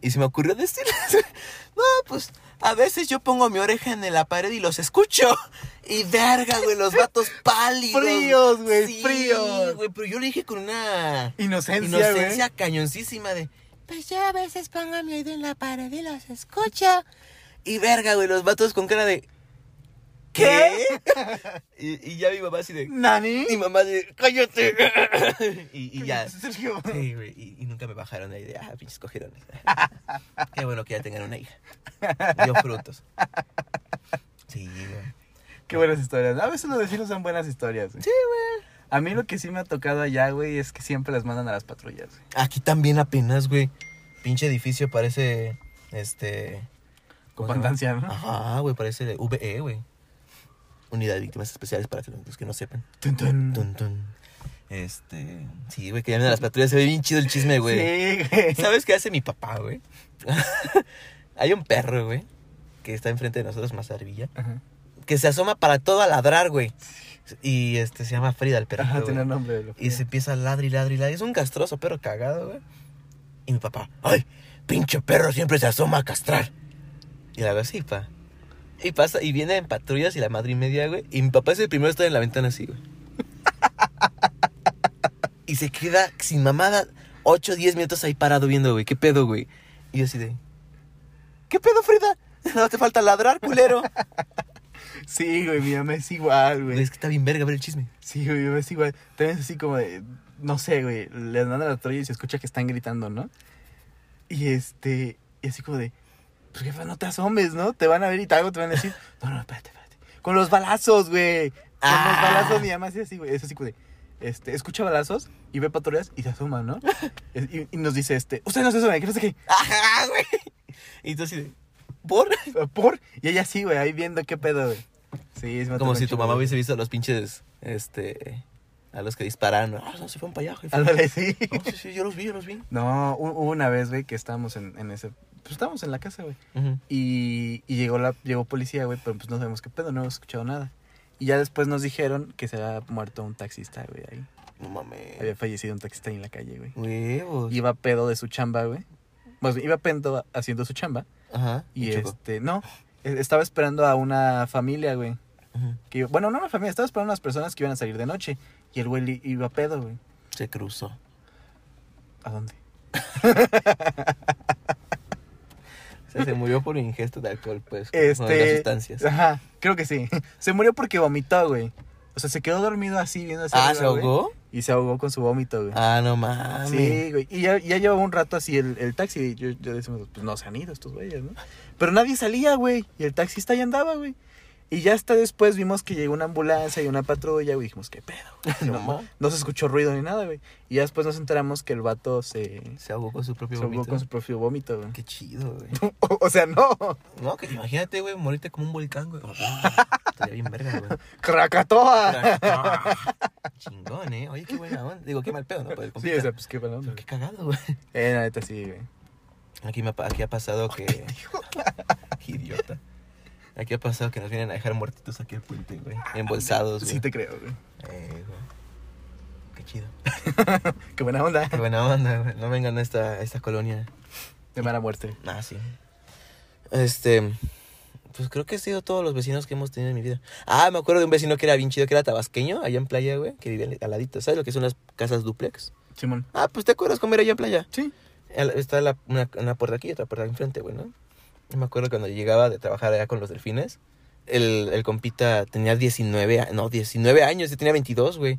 Speaker 2: Y se me ocurrió decirles, no, pues a veces yo pongo mi oreja en la pared y los escucho. Y verga, güey, los vatos pálidos.
Speaker 3: Fríos, güey,
Speaker 2: Sí,
Speaker 3: fríos.
Speaker 2: güey, pero yo le dije con una
Speaker 3: Inocencia, güey.
Speaker 2: inocencia cañoncísima de, pues yo a veces pongo mi oído en la pared y los escucho. Y verga, güey, los vatos con cara de, ¿qué? y, y ya mi mamá así de,
Speaker 3: ¿Nani?
Speaker 2: mi mamá de, cállate. y, y ya.
Speaker 3: Sergio.
Speaker 2: Sí, güey, y, y nunca me bajaron la idea. Ah, pinches cojerones. Qué bueno que ya tengan una hija. Dio frutos. Sí, güey.
Speaker 3: Qué buenas historias. A veces los vecinos son buenas historias. Sí, güey. A mí lo que sí me ha tocado allá, güey, es que siempre las mandan a las patrullas. güey.
Speaker 2: Aquí también apenas, güey. Pinche edificio parece. Este.
Speaker 3: Comandancia, ¿no?
Speaker 2: Ajá, güey, parece de VE, güey. Unidad de Víctimas Especiales para que los los que no sepan.
Speaker 3: Tun, tun.
Speaker 2: Tun, tun. Este. Sí, güey, que llamen a las patrullas. Se ve bien chido el chisme, güey.
Speaker 3: Sí, güey.
Speaker 2: ¿Sabes qué hace mi papá, güey? Hay un perro, güey, que está enfrente de nosotros, Mazarvilla,
Speaker 3: Ajá.
Speaker 2: que se asoma para todo a ladrar, güey. Y este se llama Frida el perro.
Speaker 3: Ajá, tiene nombre de lo
Speaker 2: Y se empieza a ladrar y ladrar y ladrar. Es un castroso perro cagado, güey. Y mi papá, ¡ay! Pinche perro siempre se asoma a castrar. Y la hago así, pa. Y pasa, y viene en patrullas y la madre y media, güey. Y mi papá es el primero que está en la ventana así, güey. y se queda sin mamada 8 o 10 minutos ahí parado viendo, güey. ¿Qué pedo, güey? Y yo así de. ¿Qué pedo, Frida? No te falta ladrar, culero.
Speaker 3: Sí, güey, mi mamá es igual,
Speaker 2: Güey,
Speaker 3: güey.
Speaker 2: es que está bien verga ver el chisme.
Speaker 3: Sí, güey, mi mamá es igual. También es así como de, no sé, güey, les mandan a las patrullas y se escucha que están gritando, ¿no? Y este, y así como de, pues jefa, no te asomes, ¿no? Te van a ver y te algo te van a decir, no, no, espérate, espérate. Con los balazos, güey. Con
Speaker 2: Ah.
Speaker 3: los balazos, mi mamá es así, güey. Es así como de, este, escucha balazos y ve patrullas y se asoma, ¿no? Y, y nos dice, este, usted no se asome, que no sé qué.
Speaker 2: Ajá, güey. Y tú así de. ¿Por?
Speaker 3: ¿Por? Y ella sí, güey, ahí viendo qué pedo, güey. Sí, se me
Speaker 2: Como
Speaker 3: antoja
Speaker 2: si
Speaker 3: un
Speaker 2: tu
Speaker 3: chingo,
Speaker 2: mamá
Speaker 3: güey.
Speaker 2: hubiese visto a los pinches, este, a los que dispararon. Ah, no, se fueron para allá, jefe.
Speaker 3: Ándale, sí.
Speaker 2: No, sí, sí, yo los vi, yo los vi.
Speaker 3: No, hu- hubo una vez, güey, que estábamos en, en ese. Pues estábamos en la casa, güey.
Speaker 2: Ujú.
Speaker 3: Y, y llegó la llegó policía, güey, pero pues no sabemos qué pedo, no hemos escuchado nada. Y ya después nos dijeron que se había muerto un taxista, güey, ahí.
Speaker 2: No mames.
Speaker 3: Había fallecido un taxista ahí en la calle, güey.
Speaker 2: Huevos.
Speaker 3: Iba pedo de su chamba, güey. Más bien, iba pedo haciendo su chamba.
Speaker 2: Ajá.
Speaker 3: Y
Speaker 2: chocó.
Speaker 3: este, no, e- estaba esperando a una familia, güey.
Speaker 2: Ujú.
Speaker 3: Que yo- bueno, no una familia, estaba esperando unas personas que iban a salir de noche. Y el güey li- iba a pedo, güey.
Speaker 2: Se cruzó.
Speaker 3: ¿A dónde?
Speaker 2: O sea, se murió por ingesta de alcohol, pues. como
Speaker 3: Este.
Speaker 2: de las sustancias.
Speaker 3: Ajá, creo que sí. Se murió porque vomitó, güey. O sea, se quedó dormido así viendo hacia
Speaker 2: Ah,
Speaker 3: arriba,
Speaker 2: ¿se
Speaker 3: güey,
Speaker 2: ahogó?
Speaker 3: Y se ahogó con su vómito, güey.
Speaker 2: Ah, no mames.
Speaker 3: Sí, güey. Y ya, ya llevaba un rato así el, el taxi. Y yo, yo decimos, pues no se han ido estos güeyes, ¿no? Pero nadie salía, güey. Y el taxista ya andaba, güey. Y ya hasta después vimos que llegó una ambulancia y una patrulla, güey. Dijimos, ¿qué pedo? güey?"
Speaker 2: No
Speaker 3: No,
Speaker 2: mames.
Speaker 3: no se escuchó ruido ni nada, güey. Y ya después nos enteramos que el vato se,
Speaker 2: Se ahogó con su
Speaker 3: se
Speaker 2: propio
Speaker 3: ahogó
Speaker 2: vómito.
Speaker 3: con su propio vómito, güey.
Speaker 2: Qué chido, güey.
Speaker 3: O, o sea, no.
Speaker 2: No, que imagínate, güey, morirte como un volcán, güey. Estaría bien verga, güey.
Speaker 3: ¡Krakatoa!
Speaker 2: Chingón, ¿eh? Oye, qué buena onda. Digo, qué mal pedo, ¿no? Pues, el
Speaker 3: Sí,
Speaker 2: compita.
Speaker 3: o sea, pues qué pena.
Speaker 2: Pero qué cagado, güey.
Speaker 3: Eh, la neta, sí, güey.
Speaker 2: Aquí, me, ha pa- aquí ha pasado que... Idiota. Aquí ha pasado que nos vienen a dejar muertitos aquí al puente, güey. Embolsados, güey.
Speaker 3: Ah, Sí te creo, güey.
Speaker 2: Eh, güey. Qué chido.
Speaker 3: Qué buena onda.
Speaker 2: Qué buena onda, güey. No vengan a esta, a esta colonia.
Speaker 3: De mala muerte.
Speaker 2: Ah, sí. Este. Pues creo que he sido todos los vecinos que hemos tenido en mi vida. Ah, me acuerdo de un vecino que era bien chido, que era tabasqueño, allá en playa, güey, que vivía al ladito. ¿Sabes lo que son las casas duplex?
Speaker 3: Simón.
Speaker 2: Ah, pues te acuerdas comer allá en playa.
Speaker 3: Sí.
Speaker 2: El- Está la- una, una puerta aquí y otra puerta enfrente, güey, ¿no? Yo me acuerdo cuando llegaba de trabajar allá con los delfines, el, el compita tenía 19, a- no, 19 años, yo tenía 22, güey.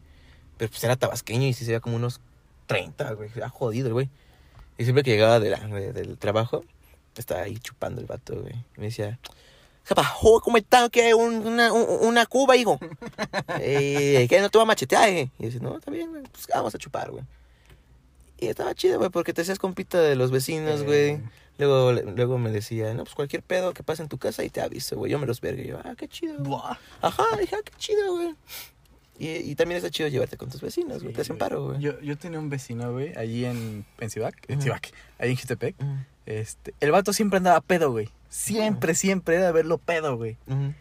Speaker 2: Pero pues era tabasqueño y sí se veía como unos 30, güey. Era jodido el güey. Y siempre que llegaba de la- de- del trabajo, estaba ahí chupando el vato, güey. Y me decía, ¿qué pasó? ¿Cómo está? ¿Qué? Un- Una, un- una cuba, hijo. Eh, ¿Qué? ¿No te va a machetear, eh? Y yo decía, no, está bien, güey. Pues vamos a chupar, güey. Y estaba chido, güey, porque te hacías compita de los vecinos,
Speaker 3: Eh.
Speaker 2: güey. Luego, luego me decía, no, pues cualquier pedo que pase en tu casa y te aviso, güey. Yo me los verga. Y yo, ah, qué chido. güey".
Speaker 3: Buah.
Speaker 2: Ajá, dije, ah, qué chido, güey. Y, y también está chido llevarte con tus vecinos, güey.
Speaker 3: Sí,
Speaker 2: te hacen paro, güey.
Speaker 3: Yo, yo tenía un vecino, güey, allí en, en Cibac, en
Speaker 2: Ujú.
Speaker 3: Cibac, ahí en Jutepec.
Speaker 2: Ujú,
Speaker 3: Este, el vato siempre andaba pedo, güey. Siempre, siempre era de verlo pedo, güey.
Speaker 2: ujú.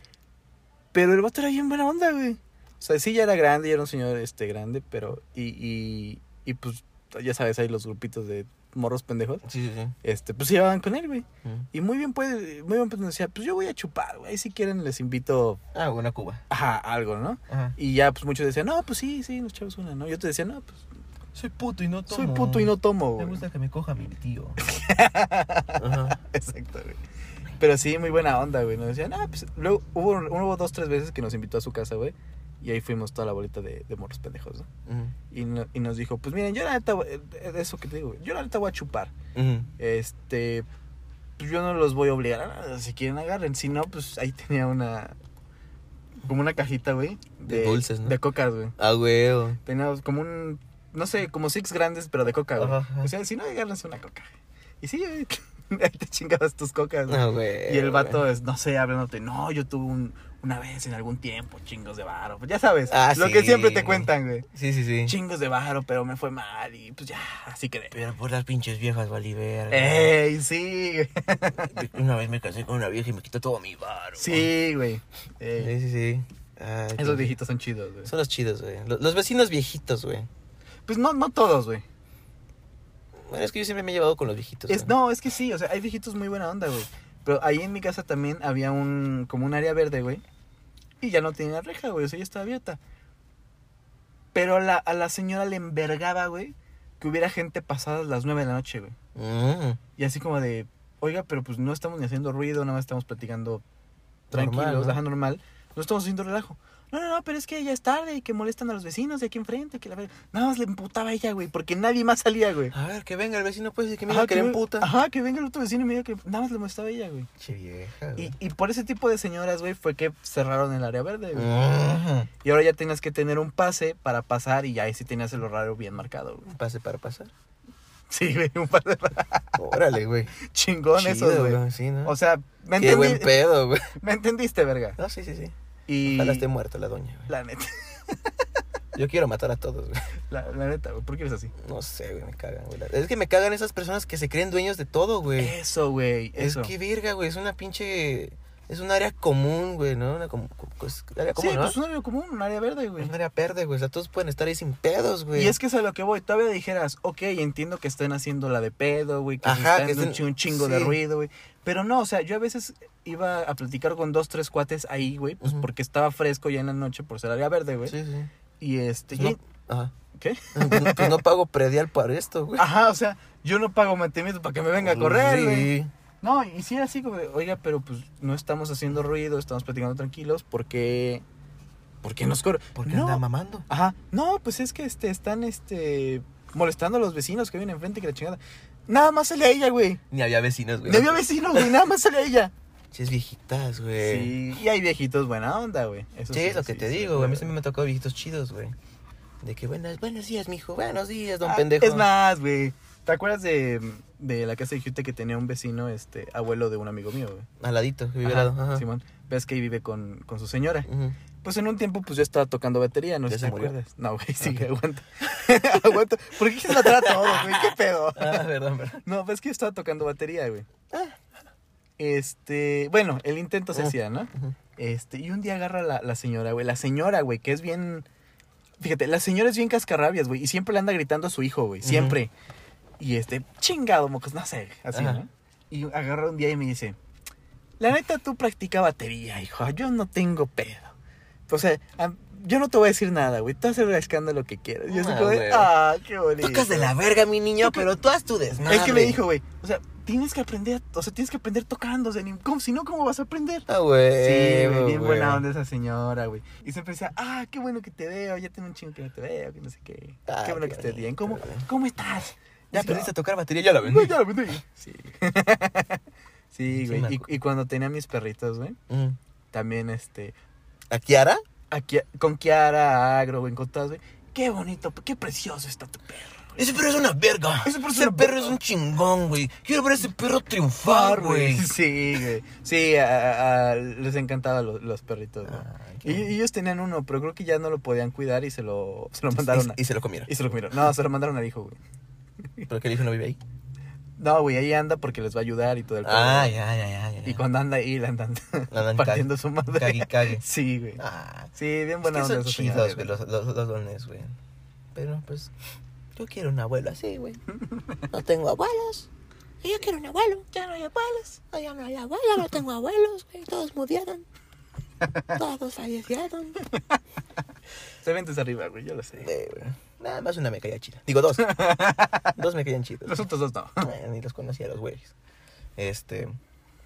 Speaker 3: Pero el vato era bien buena onda, güey. O sea, sí, ya era grande, ya era un señor este, grande, pero. Y, y, y pues, ya sabes, hay los grupitos de morros pendejos.
Speaker 2: Sí, sí, sí.
Speaker 3: Este, pues se llevaban con él, güey.
Speaker 2: Ujú.
Speaker 3: Y muy bien, pues, muy bien, pues, nos decía, pues yo voy a chupar, güey. Si quieren, les invito,
Speaker 2: Ah, una cuba.
Speaker 3: ajá, algo, ¿no?
Speaker 2: Ajá.
Speaker 3: Y ya, pues muchos decían, no, pues sí, sí, los chavos una, ¿no? Yo te decía, no, pues
Speaker 2: Soy puto y no
Speaker 3: soy puto y no tomo, güey.
Speaker 2: que me coja mi tío. Ajá.
Speaker 3: Exacto, güey. Pero sí, muy buena onda, güey. Nos decían, ah, pues luego hubo, hubo dos, tres veces que nos invitó a su casa, güey. Y ahí fuimos toda la bolita de, de morros pendejos, ¿no?
Speaker 2: Ujú,
Speaker 3: Y, no- y nos dijo, pues miren, yo la neta, voy- eh, eh, eso que te digo, güey, yo la neta voy a chupar.
Speaker 2: ujú.
Speaker 3: Este, pues yo no los voy a obligar a nada. Si quieren, agarren. Si no, pues ahí tenía una, como una cajita, güey.
Speaker 2: De dulces, ¿no?
Speaker 3: De cocas, güey.
Speaker 2: Ah, güey.
Speaker 3: Tenía como un, no sé, como six grandes, pero de coca, güey.
Speaker 2: Ajá, ajá.
Speaker 3: O sea, si no, agárrense una coca. Y sí, ahí te chingabas tus cocas, güey.
Speaker 2: Ah, güey.
Speaker 3: Y el vato es, no sé, hablándote, no, yo tuve un- una vez en algún tiempo chingos de varo. Pues ya sabes,
Speaker 2: Ah,
Speaker 3: lo
Speaker 2: sí.
Speaker 3: que siempre te cuentan, güey.
Speaker 2: Sí, sí, sí.
Speaker 3: Chingos de varo, pero me fue mal y pues ya, así quedé.
Speaker 2: Pero por las pinches viejas, Valiver.
Speaker 3: ¡Ey, sí! güey.
Speaker 2: Una vez me casé con una vieja y me quitó todo mi bar.
Speaker 3: Sí, güey. Ey,
Speaker 2: Sí, sí, sí. Ay,
Speaker 3: Esos
Speaker 2: pinche-
Speaker 3: viejitos son chidos, güey.
Speaker 2: Son los chidos, güey. Lo- Los, vecinos viejitos, güey.
Speaker 3: Pues no, no todos, güey.
Speaker 2: Bueno, es que yo siempre me he llevado con los viejitos.
Speaker 3: Es,
Speaker 2: güey.
Speaker 3: no, es que sí, o sea, hay viejitos muy buena onda, güey. Pero ahí en mi casa también había un, como un área verde, güey. Y ya no tenía reja, güey, o sea, ya estaba abierta. Pero a la, a la señora le envergaba, güey, que hubiera gente pasadas las nueve de la noche, güey.
Speaker 2: Mm,
Speaker 3: Y así como de, oiga, pero pues no estamos ni haciendo ruido, nada más estamos platicando tranquilos,
Speaker 2: Normal,
Speaker 3: normal,
Speaker 2: ¿no?
Speaker 3: normal. No estamos haciendo relajo. No, no, no, pero es que ya es tarde y que molestan a los vecinos de aquí enfrente, que la verga. Nada más le emputaba a ella, güey, porque nadie más salía, güey.
Speaker 2: A ver, que venga el vecino, pues, y que me
Speaker 3: Ajá,
Speaker 2: diga que le
Speaker 3: ve-
Speaker 2: puta.
Speaker 3: Ajá, que venga el otro vecino y me diga que nada más le molestaba a ella, güey.
Speaker 2: Che vieja,
Speaker 3: Y,
Speaker 2: güey.
Speaker 3: y por ese tipo de señoras, güey, fue que cerraron el área verde, güey.
Speaker 2: Mm.
Speaker 3: Y ahora ya tenías que tener un pase para pasar y ya ahí sí tenías el horario bien marcado, güey.
Speaker 2: Pase para pasar.
Speaker 3: Sí, güey, un pase
Speaker 2: Órale, güey.
Speaker 3: chingón
Speaker 2: Chido,
Speaker 3: eso, güey.
Speaker 2: Sí, ¿no?
Speaker 3: O sea, me,
Speaker 2: Qué buen
Speaker 3: entendí-
Speaker 2: pedo, güey.
Speaker 3: me entendiste, verga.
Speaker 2: No, sí, sí, sí.
Speaker 3: Y
Speaker 2: Ojalá esté muerta la doña, güey.
Speaker 3: la neta,
Speaker 2: Yo quiero matar a todos, güey.
Speaker 3: la, la neta, güey, ¿por qué eres así?
Speaker 2: No sé, güey, me cagan, güey. Es que me cagan esas personas que se creen dueños de todo, güey.
Speaker 3: Eso, güey,
Speaker 2: Es
Speaker 3: Eh, eso.
Speaker 2: que verga, güey, es una pinche... Es un área común, güey, ¿no? Una com- co- co- es área común,
Speaker 3: sí,
Speaker 2: ¿no?
Speaker 3: pues un área común, un área verde, güey.
Speaker 2: Es un área verde, güey. O sea, todos pueden estar ahí sin pedos, güey.
Speaker 3: pues, Y es que es a lo que voy. Todavía dijeras, ok, entiendo que estén haciendo la de pedo, güey, que
Speaker 2: Ajá,
Speaker 3: se
Speaker 2: que
Speaker 3: están dando un
Speaker 2: estén-
Speaker 3: chingo
Speaker 2: sí.
Speaker 3: de ruido, güey. Pero no, o sea, yo a veces iba a platicar con dos, tres cuates ahí, güey, pues
Speaker 2: Ujú.
Speaker 3: porque estaba fresco ya en la noche por ser área verde, güey.
Speaker 2: Sí, sí.
Speaker 3: Y este,
Speaker 2: Pues
Speaker 3: y-
Speaker 2: no, ajá.
Speaker 3: ¿qué?
Speaker 2: Pues no- pues no pago predial para esto, güey. Pues,
Speaker 3: Ajá, o sea, yo no pago mantenimiento para que me venga a correr,
Speaker 2: Sí.
Speaker 3: güey. No, y sí era así como de, oiga, pero pues no estamos haciendo ruido, estamos platicando tranquilos, ¿por qué? ¿Por qué nos corre?
Speaker 2: ¿Por qué
Speaker 3: no,
Speaker 2: anda mamando?
Speaker 3: Ajá, no, pues es que este, están este, molestando a los vecinos que vienen enfrente, que la chingada. Nada más sale a ella, güey.
Speaker 2: Ni había vecinos, güey.
Speaker 3: No había vecinos, güey, nada más sale a ella.
Speaker 2: Ches viejitas, güey.
Speaker 3: Sí, y hay viejitos buena onda, güey. Eso
Speaker 2: Sí, es lo que
Speaker 3: sí,
Speaker 2: te
Speaker 3: sí,
Speaker 2: digo, güey. A mí
Speaker 3: sí.
Speaker 2: siempre me ha tocado viejitos chidos, güey. De que buenas, buenos días, mijo. Buenos días, don
Speaker 3: Ah,
Speaker 2: pendejo.
Speaker 3: Es más, güey. ¿Te acuerdas de, de la casa de Jute que tenía un vecino, este, abuelo de un amigo mío, güey?
Speaker 2: Al ladito, que vive al
Speaker 3: Ajá,
Speaker 2: lado, ajá.
Speaker 3: Simón. Ves que ahí vive con, con su señora.
Speaker 2: Ujú.
Speaker 3: Pues en un tiempo, pues yo estaba tocando batería, no
Speaker 2: ¿Ya
Speaker 3: sé si
Speaker 2: se
Speaker 3: te
Speaker 2: murió?
Speaker 3: acuerdas. No, güey, sí, aguanta. aguanta. ¿Por qué se la trata todo, güey? ¿Qué pedo?
Speaker 2: Ah, perdón, perdón.
Speaker 3: No, ves que yo estaba tocando batería, güey. Este, bueno, el intento se
Speaker 2: Ah.
Speaker 3: hacía, ¿no?
Speaker 2: Ujú.
Speaker 3: Este, y un día agarra la, la señora, güey. La señora, güey, que es bien. Fíjate, la señora es bien cascarrabias, güey. Y siempre le anda gritando a su hijo, güey.
Speaker 2: Ujú.
Speaker 3: Siempre. Y este, chingado, mocos, no sé. Así,
Speaker 2: Ajá.
Speaker 3: ¿no? Y agarra un día y me dice: La neta, tú practica batería, hijo. Yo no tengo pedo. O sea, am- yo no te voy a decir nada, güey. Tú haces el escándalo que quieras. Y yo así
Speaker 2: Ah,
Speaker 3: como de,
Speaker 2: güey.
Speaker 3: ah, qué bonito.
Speaker 2: Tocas de la verga, mi niño, pero tú haz tu desmadre.
Speaker 3: Es que me dijo, güey, o sea, tienes que aprender, o sea, tienes que aprender tocando, o sea, ni- ¿cómo- si no, ¿cómo vas a aprender?
Speaker 2: Ah, güey.
Speaker 3: Sí, güey,
Speaker 2: güey,
Speaker 3: bien
Speaker 2: güey.
Speaker 3: buena onda esa señora, güey. Y siempre decía, ah, qué bueno que te veo, ya tengo un chingo que no te veo, que no sé qué.
Speaker 2: Ah,
Speaker 3: qué bueno
Speaker 2: qué
Speaker 3: que estés
Speaker 2: bonito,
Speaker 3: bien. ¿Cómo,
Speaker 2: güey.
Speaker 3: ¿cómo estás?
Speaker 2: Ya
Speaker 3: Y yo,
Speaker 2: aprendiste a tocar batería, ya la
Speaker 3: "Ah,
Speaker 2: vendí.
Speaker 3: güey, ya lo vendí". Sí. sí,
Speaker 2: Sí,
Speaker 3: güey.
Speaker 2: me
Speaker 3: y-
Speaker 2: acu-
Speaker 3: y, cuando tenía mis perritos, güey,
Speaker 2: Ujú.
Speaker 3: también, este,
Speaker 2: ¿A Kiara?
Speaker 3: aquí, con Kiara, Agro, güey, con todas, güey. Qué bonito, qué precioso está tu perro.
Speaker 2: Ese perro es una verga.
Speaker 3: Ese perro es
Speaker 2: Ese
Speaker 3: una
Speaker 2: perro
Speaker 3: verga.
Speaker 2: es un chingón, güey. Quiero ver a ese perro triunfar, güey.
Speaker 3: Sí, güey. Sí, a- a- a- les encantaban los, los perritos, güey.
Speaker 2: Ay, Ah, qué
Speaker 3: Y, y ellos tenían uno, pero creo que ya no lo podían cuidar y se lo, se lo mandaron a,
Speaker 2: Y, y se lo comieron.
Speaker 3: y se lo comieron. No, se lo mandaron al hijo, güey.
Speaker 2: Pero que el hijo no vive ahí.
Speaker 3: No, güey, ahí anda porque les va a ayudar y todo el
Speaker 2: Ah,
Speaker 3: pedo.
Speaker 2: ya, ya, ya. ya, ya.
Speaker 3: Y cuando anda ahí, le andan
Speaker 2: Andan
Speaker 3: partiendo su madre.
Speaker 2: Cague, cague.
Speaker 3: Sí, güey.
Speaker 2: Ah,
Speaker 3: Sí, bien
Speaker 2: es
Speaker 3: buena
Speaker 2: que
Speaker 3: onda
Speaker 2: son
Speaker 3: esa
Speaker 2: chidos,
Speaker 3: señora,
Speaker 2: güey,
Speaker 3: güey.
Speaker 2: los, los, los dones, güey. Pero, pues, yo quiero un abuelo así, güey. No tengo abuelos.
Speaker 1: Y yo quiero un abuelo, ya no hay abuelos. Ay, Ya no hay abuelos, ya no tengo abuelos, güey. Todos murieron. Todos fallecieron.
Speaker 3: Se ventes arriba, güey, yo lo sé.
Speaker 2: Eh, güey. Nada más una me caía chida. Digo, dos. dos me caían chidos.
Speaker 3: Los otros dos no.
Speaker 2: Eh, ni los conocía, los güeyes. Este.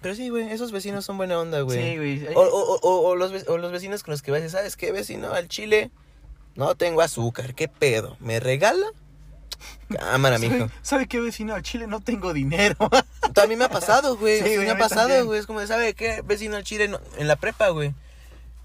Speaker 2: Pero sí, güey, esos vecinos son buena onda, güey.
Speaker 3: Sí, güey.
Speaker 2: O, o- o- o los, ve- o los vecinos con los que vas y dices, ¿sabes qué, vecino? Al chile no tengo azúcar, ¿qué pedo? ¿Me regala? Cámara,
Speaker 3: ¿Sabe-
Speaker 2: mijo.
Speaker 3: ¿Sabe qué vecino? Al Chile no tengo dinero.
Speaker 2: También me ha pasado, güey.
Speaker 3: Sí,
Speaker 2: Sí,
Speaker 3: güey,
Speaker 2: me
Speaker 3: a
Speaker 2: ha
Speaker 3: mí
Speaker 2: pasado,
Speaker 3: también.
Speaker 2: güey. Es como, de, ¿sabe qué, vecino? Al chile no- en la prepa, güey.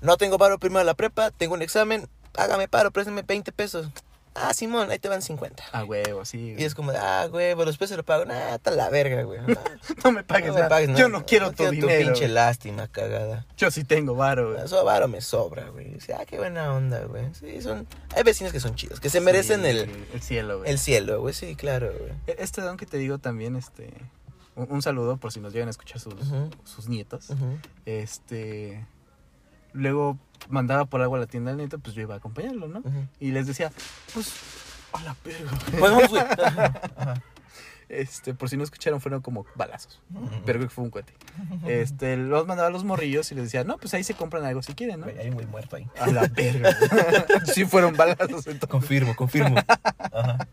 Speaker 2: No tengo paro primero de la prepa, tengo un examen, hágame paro, préstame 20 pesos. Ah, Simón, ahí te van 50.
Speaker 3: A huevo, Ah, sí.
Speaker 2: Y
Speaker 3: güey.
Speaker 2: es como, de, ah, güey, pero después se lo pago. Nah, está la verga, güey. Nah,
Speaker 3: No me pagues
Speaker 2: no me
Speaker 3: nada.
Speaker 2: pagues
Speaker 3: Yo
Speaker 2: nada.
Speaker 3: no quiero tu dinero.
Speaker 2: pinche
Speaker 3: güey.
Speaker 2: lástima, cagada.
Speaker 3: Yo sí tengo varo, güey.
Speaker 2: Eso varo me sobra, güey. Dice, ah, qué buena onda, güey. Sí, son... Hay vecinos que son chidos, que se merecen
Speaker 3: Sí,
Speaker 2: el,
Speaker 3: güey, el cielo, güey.
Speaker 2: el cielo, güey. Sí, claro, güey.
Speaker 3: Este don que te digo también, este. Un, un saludo por si nos llegan a escuchar sus,
Speaker 2: Ujú.
Speaker 3: sus nietos.
Speaker 2: Ujú.
Speaker 3: Este. Luego mandaba por agua a la tienda del nieto, pues yo iba a acompañarlo, ¿no?
Speaker 2: Ujú.
Speaker 3: Y les decía, pues, a la verga. güey".
Speaker 2: Pues vamos, güey.
Speaker 3: Este, por si no escucharon, fueron como balazos.
Speaker 2: Ujú.
Speaker 3: Pero creo que fue un cohete. Este, los mandaba a los morrillos y les decía, no, pues ahí se compran algo si quieren, ¿no?
Speaker 2: Güey, hay un güey muerto ahí.
Speaker 3: A la verga. güey. sí fueron balazos. Entonces.
Speaker 2: Confirmo, confirmo. Ajá.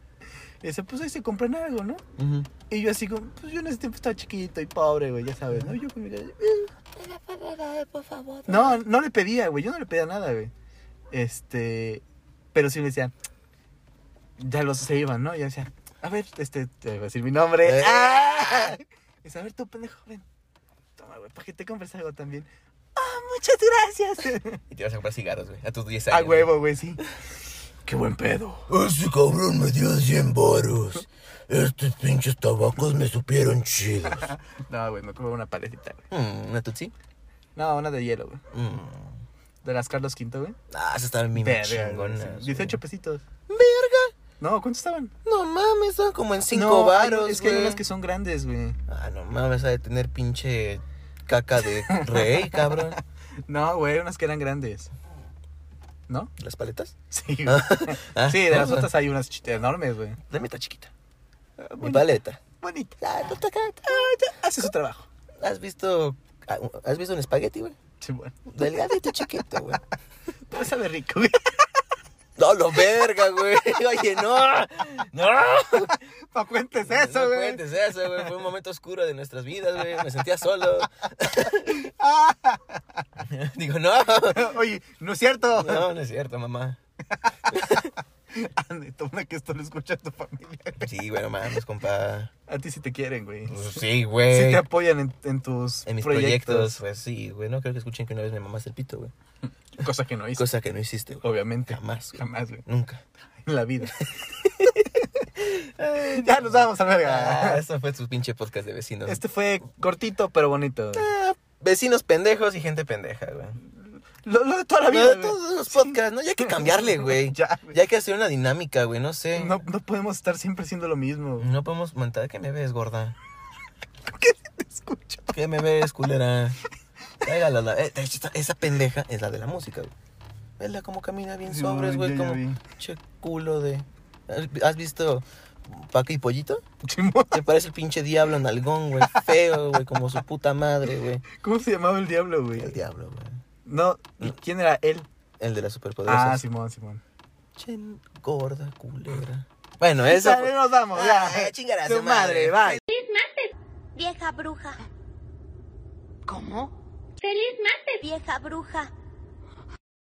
Speaker 3: Y dice, pues ahí se compran algo, ¿no?
Speaker 2: Ujú.
Speaker 3: Y yo así como, pues yo en ese tiempo estaba chiquito y pobre, güey, ya sabes, ¿no? Yo con mi cara de,
Speaker 1: Por favor.
Speaker 3: No, no le pedía, güey. Yo no le pedía nada, güey. Este. Pero sí me decía. Ya los se iban, ¿no? Y yo decía, a ver, este. Te voy a decir mi nombre.
Speaker 2: Eh.
Speaker 3: ¡Ah! Y dice, a ver, tú, pendejo, ven. Toma, güey, para que te compres algo también. ¡Ah, muchas gracias!
Speaker 2: Y te vas a comprar cigarros, güey. A tus 10 años.
Speaker 3: a huevo, güey, sí. ¡Qué buen pedo!
Speaker 2: Ese cabrón me dio 100 varos. Estos pinches tabacos me supieron chidos.
Speaker 3: No, güey, me compré una paletita, güey.
Speaker 2: ¿Una Mm, tutsi?
Speaker 3: No, una de hielo, güey.
Speaker 2: Mm.
Speaker 3: De las Carlos V, güey.
Speaker 2: Ah, esas estaban bien
Speaker 3: Verga, güey, sí.
Speaker 2: chingonas. güey.
Speaker 3: 18 pesitos.
Speaker 2: Verga.
Speaker 3: No, ¿cuántos estaban?
Speaker 2: No mames, estaban como en 5
Speaker 3: No, hay-
Speaker 2: varos.
Speaker 3: Es que hay
Speaker 2: güey.
Speaker 3: unas que son grandes, güey.
Speaker 2: Ah, no mames, ha de tener pinche caca de rey, cabrón.
Speaker 3: No, güey, unas que eran grandes. ¿No?
Speaker 2: ¿Las paletas?
Speaker 3: Sí, güey.
Speaker 2: Ah,
Speaker 3: Sí, de las
Speaker 2: ah,
Speaker 3: otras hay unas ch- enormes, güey.
Speaker 2: La mía está chiquita. Mi
Speaker 3: Bonita.
Speaker 2: Ah, paleta.
Speaker 3: Bonita. Ah,
Speaker 2: La, tu, tu, tu, tu.
Speaker 3: Hace su trabajo.
Speaker 2: ¿Has visto, ah, ¿has visto un espagueti, güey?
Speaker 3: Sí, bueno.
Speaker 2: Delgadito, chiquito, güey.
Speaker 3: Pero sabe rico, güey.
Speaker 2: No, lo verga, güey. Oye, no. No.
Speaker 3: No cuentes
Speaker 2: no
Speaker 3: eso,
Speaker 2: me
Speaker 3: güey.
Speaker 2: cuentes eso, güey. Fue un momento oscuro de nuestras vidas, güey. Me sentía solo. Digo, no.
Speaker 3: Oye, no es cierto.
Speaker 2: No, no es cierto, mamá.
Speaker 3: Ande, toma que esto lo escucha tu familia.
Speaker 2: Sí, güey, no mames, compa.
Speaker 3: A ti sí te quieren, güey.
Speaker 2: Pues
Speaker 3: Sí
Speaker 2: sí, güey.
Speaker 3: te apoyan en, en tus
Speaker 2: En mis proyectos, pues sí, güey. No creo que escuchen que una vez me mamaste el pito, güey.
Speaker 3: Cosa que no hice.
Speaker 2: Cosa que no hiciste, güey.
Speaker 3: Obviamente.
Speaker 2: Jamás, güey.
Speaker 3: Jamás, güey.
Speaker 2: Nunca.
Speaker 3: En la vida. ya nos vamos a
Speaker 2: Ah,
Speaker 3: verga.
Speaker 2: eso fue su pinche podcast de vecinos.
Speaker 3: Este fue cortito, pero bonito.
Speaker 2: Ah, vecinos pendejos y gente pendeja, güey.
Speaker 3: Lo, lo de toda la
Speaker 2: No,
Speaker 3: vida.
Speaker 2: de
Speaker 3: güey.
Speaker 2: todos los podcasts, ¿no? Ya hay que cambiarle, güey.
Speaker 3: Ya, güey.
Speaker 2: Ya hay que hacer una dinámica, güey. No sé.
Speaker 3: No, no podemos estar siempre siendo lo mismo. güey.
Speaker 2: No podemos montar que me ves, gorda.
Speaker 3: Te escucho.
Speaker 2: ¿Qué me ves, culera? Tráigala. La... eh, de hecho, esa- esa pendeja es la de la música, güey. Vela cómo camina bien
Speaker 3: Sí,
Speaker 2: sobres,
Speaker 3: ya,
Speaker 2: güey.
Speaker 3: ya
Speaker 2: Como
Speaker 3: vi.
Speaker 2: pinche culo de. ¿Has- ¿Has visto Paca y Pollito?
Speaker 3: Simón,
Speaker 2: Te parece el pinche diablo nalgón, güey. Feo, güey. Como su puta madre, güey.
Speaker 3: ¿Cómo se llamaba el diablo, güey?
Speaker 2: El diablo, güey.
Speaker 3: No, ¿y ¿quién era él?
Speaker 2: El de las superpoderosas.
Speaker 3: Ah, Simón, Simón.
Speaker 2: Chen, gorda, culera. Bueno, eso.
Speaker 3: Ya,
Speaker 2: fue-
Speaker 3: nos vamos, ya.
Speaker 2: Ah, chingar a
Speaker 3: Tu
Speaker 2: su madre.
Speaker 3: bye.
Speaker 4: Vieja bruja.
Speaker 5: ¡Feliz martes!
Speaker 4: Vieja bruja.